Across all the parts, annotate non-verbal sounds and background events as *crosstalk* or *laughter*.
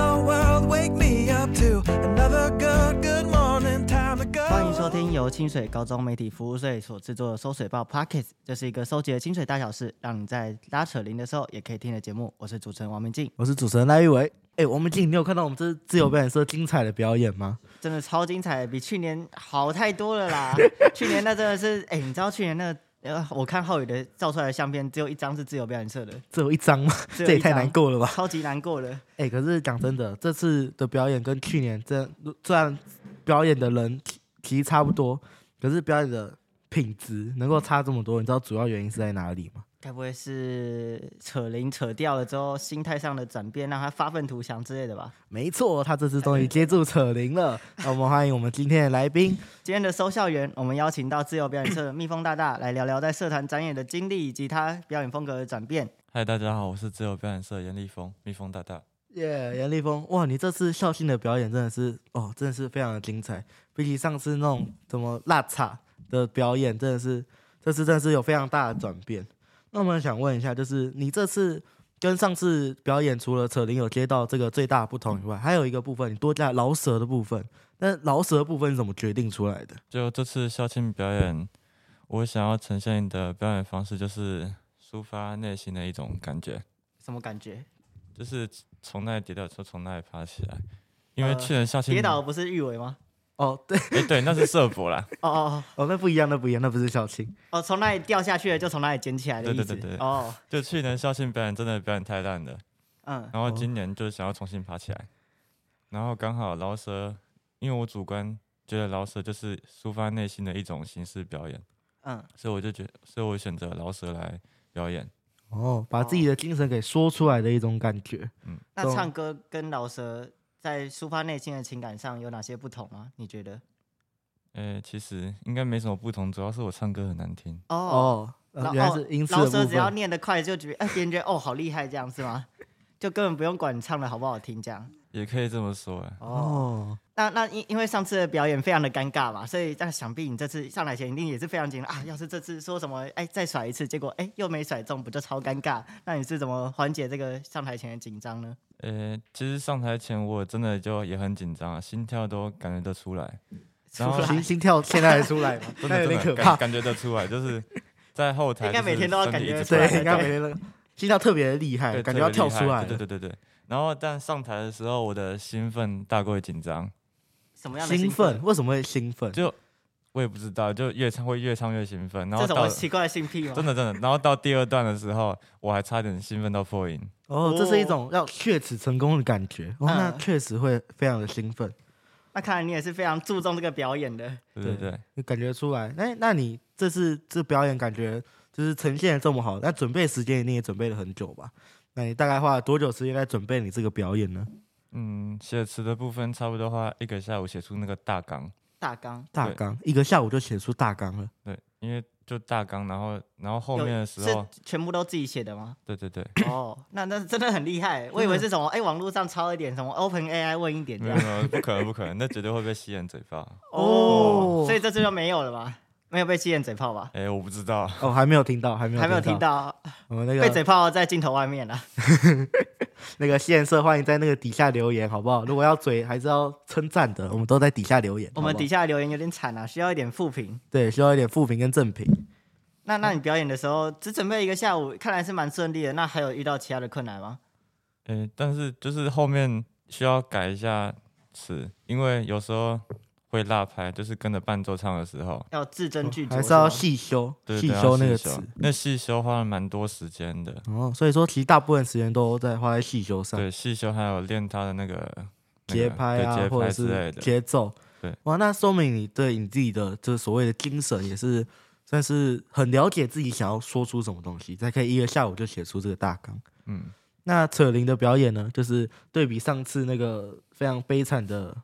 don't wake me up to another good, good morning, time to go. 欢迎收听由清水高中媒体服务队所制作的《收水报 Pocket》，这是一个收集的清水大小事，让你在拉扯铃的时候也可以听的节目。我是主持人王明静，我是主持人赖玉伟。哎、王文静，你有看到我们这次自由表演社精彩的表演吗？真的超精彩，比去年好太多了 *laughs* 啦！去年那真的是，哎、你知道去年那个呃，我看浩宇的照出来的相片，只有一张是自由表演社的，只有一张吗？只有这也一太张难过了吧！超级难过的。哎、可是讲真的，这次的表演跟去年真虽然表演的人其其实差不多，可是表演的品质能够差这么多，你知道主要原因是在哪里吗？该不会是扯铃扯掉了之后，心态上的转变让他发愤图强之类的吧？没错，他这次终于接住扯铃了。那我们欢迎我们今天的来宾，今天的收校园，我们邀请到自由表演社的蜜蜂大大来聊聊在社团展演的经历以及他表演风格的转变。嗨，大家好，我是自由表演社严立峰，蜜蜂大大。耶、严立峰，哇，你这次校庆的表演真的是，哦，真的是非常的精彩，比起上次那种什么辣叉的表演，真的是，这次真的是有非常大的转变。那我们想问一下，就是你这次跟上次表演，除了扯铃有接到这个最大的不同以外，还有一个部分，你多加饶舌的部分。那饶舌的部分是怎么决定出来的？就这次校庆表演，我想要呈现的表演方式就是抒发内心的一种感觉，什么感觉？就是从那里跌倒就从那里爬起来。因为呃去年校庆、跌倒的不是玉伟吗？哦，对，哎、对，那是社博啦。哦哦哦，那不一样，那不一样，那不是校庆。哦，从那里掉下去了就从那里捡起来的意思。对对对对哦，就去年校庆表演真的表演太烂了，嗯，然后今年就想要重新爬起来，然后刚好饶舌，因为我主观觉得饶舌就是抒发内心的一种形式表演，嗯，所以我就觉所以我选择饶舌来表演。哦，把自己的精神给说出来的一种感觉。那懂唱歌跟饶舌在抒发内心的情感上有哪些不同吗？你觉得？呃、其实应该没什么不同，主要是我唱歌很难听。哦，哦，呃饶原来是音哦色饶的舌部只要分。念得快就觉得，哎、别人觉得哦好厉害这样是吗？就根本不用管你唱的好不好听这样。也可以这么说哎、哦，哦。那那因因为上次的表演非常的尴尬嘛，所以但想必你这次上来前一定也是非常紧张啊。要是这次说什么哎再甩一次，结果哎又没甩中，不就超尴尬？那你是怎么缓解这个上台前的紧张呢？呃、其实上台前我真的就也很紧张啊，心跳都感觉得出来，然后心 *laughs* 心跳现在还出来吗？ *laughs* 真那的有点真可的怕感。感觉得出来，就是 *laughs* 在后台应该就是每天都要身体感一觉直出来跳对，应该没那个心跳特别厉害，对感特觉要别跳厉害出来了。对对对对对。然后但上台的时候，我的兴奋大过于紧张，什么样的兴奋？？为什么会兴奋？就我也不知道，就越唱会越唱越兴奋，这然后种到奇怪的性癖吗？真的真的，然后到第二段的时候，我还差点兴奋到破音。哦，这是一种要血耻成功的感觉。哦，嗯那确实会非常的兴奋，那看来你也是非常注重这个表演的。对对对对，你感觉出来。那那你这次这表演感觉就是呈现的这么好，那准备时间一定也准备了很久吧？那你大概花了多久时间来准备你这个表演呢？嗯，写词的部分差不多花一个下午写出那个大纲。大纲大纲一个下午就写出大纲了。对，因为就大纲，然后然后后有面的时候，是全部都自己写的吗？对 *laughs* 对对，哦，那那真的很厉害。我以为是什么哎网络上抄一点什么 Open AI 问一点这没有样。没有，不可能不可能，那绝对会被吸人嘴巴。哦哦，所以这次就没有了吧？没有被吸眼嘴炮吧？哎，我不知道，哦，还没有听到，还没有还没有听到。到，我们那个被嘴炮在镜头外面啊 *laughs* 了。那个线社，欢迎在那个底下留言，好不好？如果要嘴，还是要称赞的，我们都在底下留言。我们底下下留言有点惨啊，需要一点复评。对需要一点负评跟正评。那那你表演的时候只准备一个下午，看来是蛮顺利的。那还有遇到其他的困难吗？ *laughs* 哎，但是就是后面需要改一下词，因为有时候会落拍，就是跟着伴奏唱的时候，要字斟句酌吗，哦还是要细修，对，细对要啊修那个细词修。那细修花了蛮多时间的，哦，所以说其实大部分时间都在花在细修上，对，细修还有练他的那个那节个拍对啊，节或拍者之类是的，节奏。对，哇，那说明你对你自己的这所谓的精神也是算是很了解自己想要说出什么东西，才可以一个下午就写出这个大纲。嗯，那扯铃的表演呢，就是对比上次那个非常悲惨的、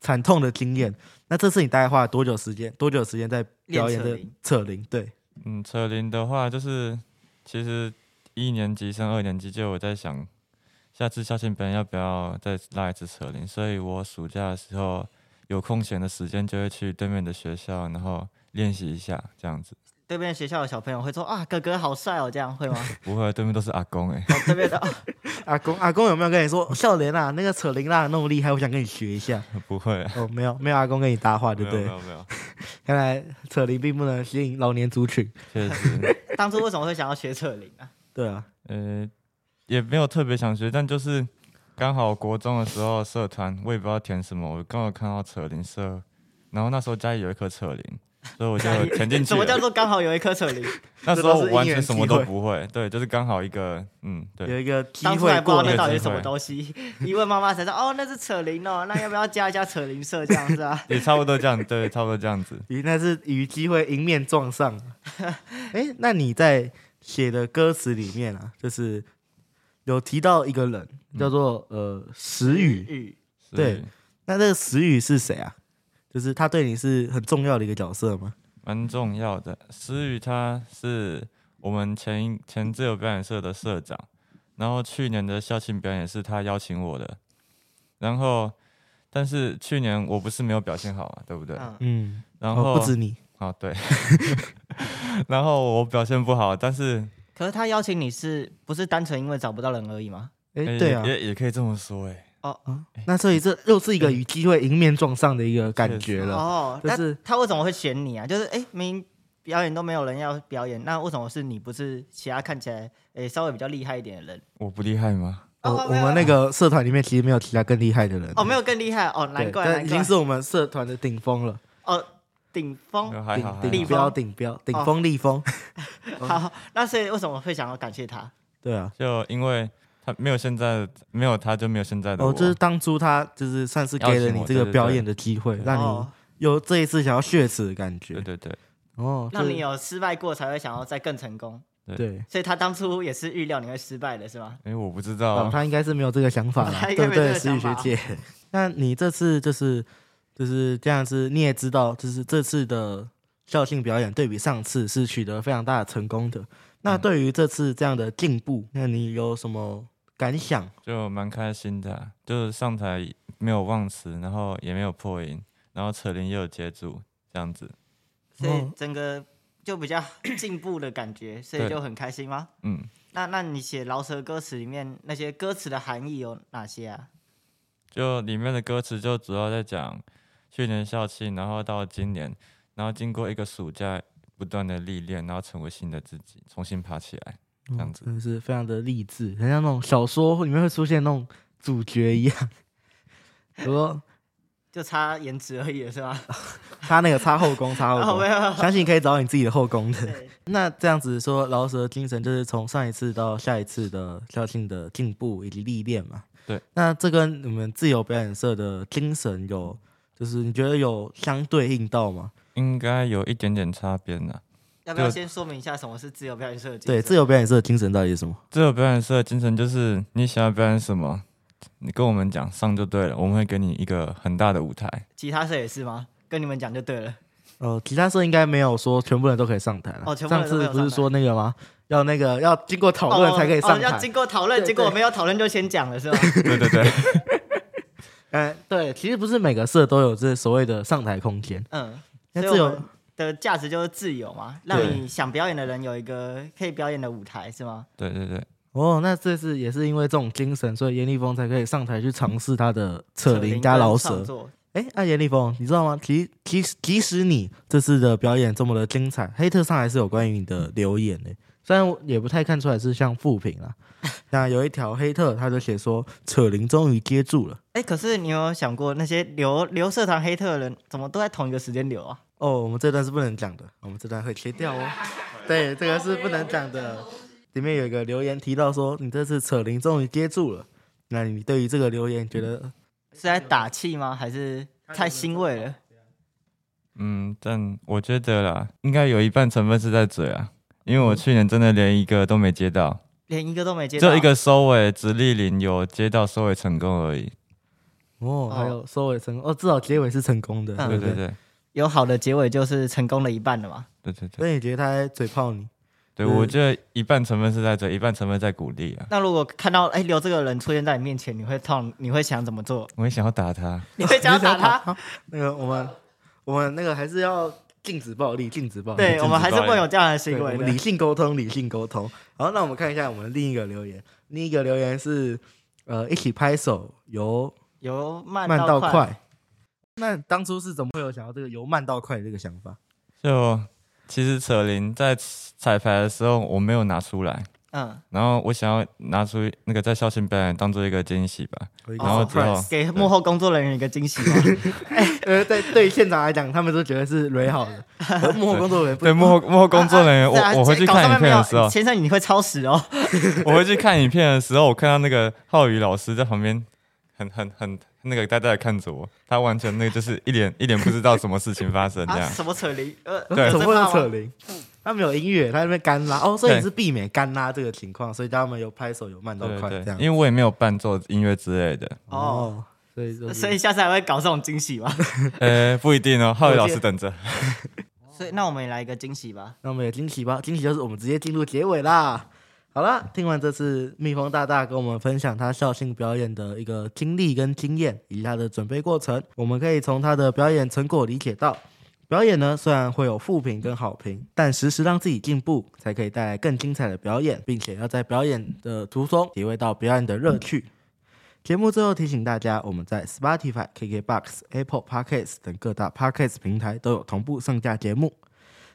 惨痛的经验。那这次你大概花了多久时间？多久时间在表演的练扯铃？对，嗯，扯铃的话就是，其实一年级升二年级就有在想，下次校庆表演要不要再拉一次扯铃，所以我暑假的时候有空闲的时间就会去对面的学校，然后练习一下这样子。对面学校的小朋友会说啊，哥哥好帅哦，这样会吗？不会，对面都是阿公哎、哦对面的、哦阿公阿公有没有跟你说笑脸啊？那个扯铃啦那么厉害，我想跟你学一下。 *laughs* 不会啊，哦，没有没有阿公跟你搭啊话，对没不有没对？有没有，看来扯铃并不能吸引老年族群。 *laughs* 确实，当初为什么会想要学扯铃啊？对啊，呃，也没有特别想学，但就是刚好国中的时候社团，我也不知道填什么，我刚好看到扯铃社，然后那时候家里有一颗扯铃，所以我就填进去啊什么叫了。做刚好有一颗扯铃？那时这候都我是完因缘全机什么都会不会， *laughs* 对，就是刚好一个，嗯，对，有一个机当初还会不知道过那了，到底是什么东西， *laughs* 一问妈妈才知道哦，那是扯铃哦，那要不要加一加扯铃社这样子 *laughs* 啊？也差不多这样，对，差不多这样子。与那是与机会迎面撞上。哎、那你在写的歌词里面啊，就是有提到一个人嗯叫做呃石宇，语所对以那这个石宇是谁啊？就是他对你是很重要的一个角色吗？蛮重要的。思雨他是我们前一前自由表演社的社长，然后去年的校庆表演是他邀请我的，然后但是去年我不是没有表现好嘛，对不对？嗯，嗯，然后、哦、不止你，啊对， *laughs* 然后我表现不好，但是可是他邀请你是不是单纯因为找不到人而已吗？哎、诶对啊，也也可以这么说哎、啊，那所以这又是一个与机会迎面撞上的一个感觉了。哦，就那是他为什么会选你啊？就是哎，明明表演都没有人要表演，那为什么是你不是其他看起来哎稍微比较厉害一点的人？我不厉害吗？我哦我们那个社团里面其实没有其他更厉害的人，哦，没有更厉害哦，对难怪但难已怪经是我们社团的顶峰了，哦顶没有峰。还好顶还好顶立标峰顶标顶哦峰立峰， *laughs* 好，那所以为什么会想要感谢他？对啊，就因为他没有现在没有他就没有现在的我，哦，就是当初他就是算是给了你这个表演的机会，让你哦，有这一次想要血耻的感觉对。对对哦，让你有有失败过才会想要再更成功，对，所以他当初也是预料你会失败的是吗？因为我不知道哦，啊，他应该是没有这个想法他了，应该对不没有这对，个石宇想学法姐？ *laughs* 那你这次就是就是这样子，你也知道，就是这次的校庆表演对比上次是取得非常大的成功的。嗯那对于这次这样的进步，那你有什么感想？就蛮开心的啊、就是上台没有忘词，然后也没有破音，然后扯铃也有接住，这样子，所以哦整个就比较进步的感嗯觉，所以对就很开心吗？嗯，那那你写饶舌歌词里面那些歌词的含义有哪些啊？就里面的歌词就主要在讲去年校庆，然后到今年，然后经过一个暑假不断的历练，然后成为新的自己，重新爬起来，这样嗯子真的是非常的励志，很像那种小说里面会出现那种主角一样。 *laughs* 比如说就差颜值而已了是吗？他那个插后宫，插后哦，没宫，有，相信可以找到你自己的后宫的。对， *laughs* 那这样子说，饶舌精神就是从上一次到下一次的校庆的进步以及历练嘛。对，那这跟你们自由表演社的精神有，就是你觉得有相对应到吗？应该有一点点差别呢、要不要就先说明一下什么是自由表演社的精对，神？自由表演社的精神到底是什么？这个表演社的精神就是你想要表演什么，你跟我们讲上就对了，我们会给你一个很大的舞台。吉他社也是吗？跟你们讲就对了。呃，吉他社应该没有说全部人都可以上台了。哦全部上人都没次有不是上台说那个吗？要那个要经过讨论才可以哦哦上台。要经过讨论，对结果对没有讨论就先讲了 *laughs* 是吗？对对对，嗯，对，其实不是每个社都有这所谓的上台空间。嗯，那所自以我由们的价值就是自由嘛，让对你想表演的人有一个可以表演的舞台是吗？对对对，哦，那这次也是因为这种精神，所以严立峰才可以上台去尝试他的扯铃加跟饶创舌。作哎，那严立峰，你知道吗？其其即使你这次的表演这么的精彩，黑特上还是有关于你的留言呢。虽然我也不太看出来是像负评啦，那有一条黑特他就写说扯铃终于接住了。哎、可是你有没有想过那些留留社团黑特的人，怎么都在同一个时间留啊？哦，我们这段是不能讲的，我们这段会切掉哦。对，这个是不能讲的。里面有一个留言提到说，你这次扯铃终于接住了。那你对于这个留言觉得是在打气吗？还是太欣慰了？嗯，但我觉得啦，应该有一半成分是在嘴啊，因为我去年真的连一个都没接到，连一个都没接到，就一个收尾，直立领有接到收尾成功而已。哦，还有收尾成功哦，至少结尾是成功的，嗯对对不啊对对？对有好的结尾就是成功的一半了嘛。对对对，所以你觉得他在嘴炮你？对我觉得一半成分是在嘴，一半成分在鼓励啊。那如果看到哎、留这个人出现在你面前，你会痛，你会想怎么做？我也想要打他，你会想要打他？那个我们我们那个还是要禁止暴力，禁止暴力。 *laughs* 对我们还是会有这样的对行为我的们。理性沟通，理性沟通。好，那我们看一下我们另一个留言，另一个留言是呃，一起拍手由由慢慢到快，快。那当初是怎么会有想要这个由慢到快的这个想法？就其实扯铃在彩排的时候我没有拿出来，嗯，然后我想要拿出那个在校庆表演当做一个惊喜吧。然后之后 surprise 哦给幕后工作人员一个惊喜嘛。呃，对对，现场来讲，他们都觉得是蕊好的，而幕后工作人员不对幕后幕后工作人员，对啊 *laughs* 我我回去搞上看面影没片有的时候，先生你会超时 *laughs* 哦。我回去看影片的时候，我看到那个浩宇老师在旁边很很很那个呆呆的看着我，他完全那个就是一脸一脸不知道什么事情发生这啊，样。什么扯铃？呃， *laughs* 对有怎么在会有骂吗扯 *laughs* 铃？他们有音乐，他在那边干拉哦，所以对是避免干拉这个情况，所以叫他们有拍手有慢到对快对这样对，。因为我也没有伴奏音乐之类的， *laughs* 哦，，所以就是所以下次还会搞这种惊喜吗？呃，不一 *laughs* 定哦。浩宇老师等着，所以那我们也来一个惊喜吧。那我们有惊喜吧？惊喜就是我们直接进入结尾啦。好了，听完这次蜜蜂大大跟我们分享他校庆表演的一个经历跟经验，以及他的准备过程，我们可以从他的表演成果理解到，表演呢虽然会有负评跟好评，但时时让自己进步，才可以带来更精彩的表演，并且要在表演的途中体会到表演的乐趣。节目最后提醒大家，我们在 Spotify、KKBox、Apple Podcasts 等各大 Podcast 平台都有同步上架节目。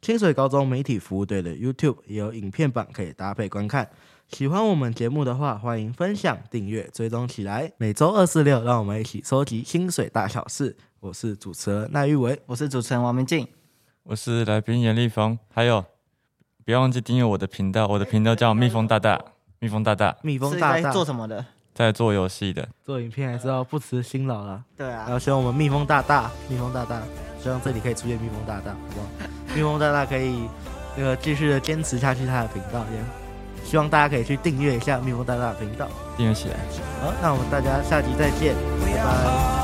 清水高中媒体服务队的 YouTube 也有影片版可以搭配观看。喜欢我们节目的话，欢迎分享、订阅、追踪起来。每周二、四、六，让我们一起收集清水大小事。我是主持人赖玉伟，我是主持人王明静，我是来宾严立峰，还有不要忘记订阅我的频道，我的频道叫蜜蜂大大，蜜蜂大大蜜蜂是大在大做什么的？在做游戏的，做影片还是要不辞辛劳啦。对然啊，后希望我们蜜蜂大大，蜜蜂大大，希望这里可以出现蜜蜂大大，好 *laughs* 不好？蜜蜂大大可以那个继续的坚持下去他的频道，这样。希望大家可以去订阅一下蜜蜂大大的频道。订阅起来。好，那我们大家下集再见， We 拜 are 拜。 all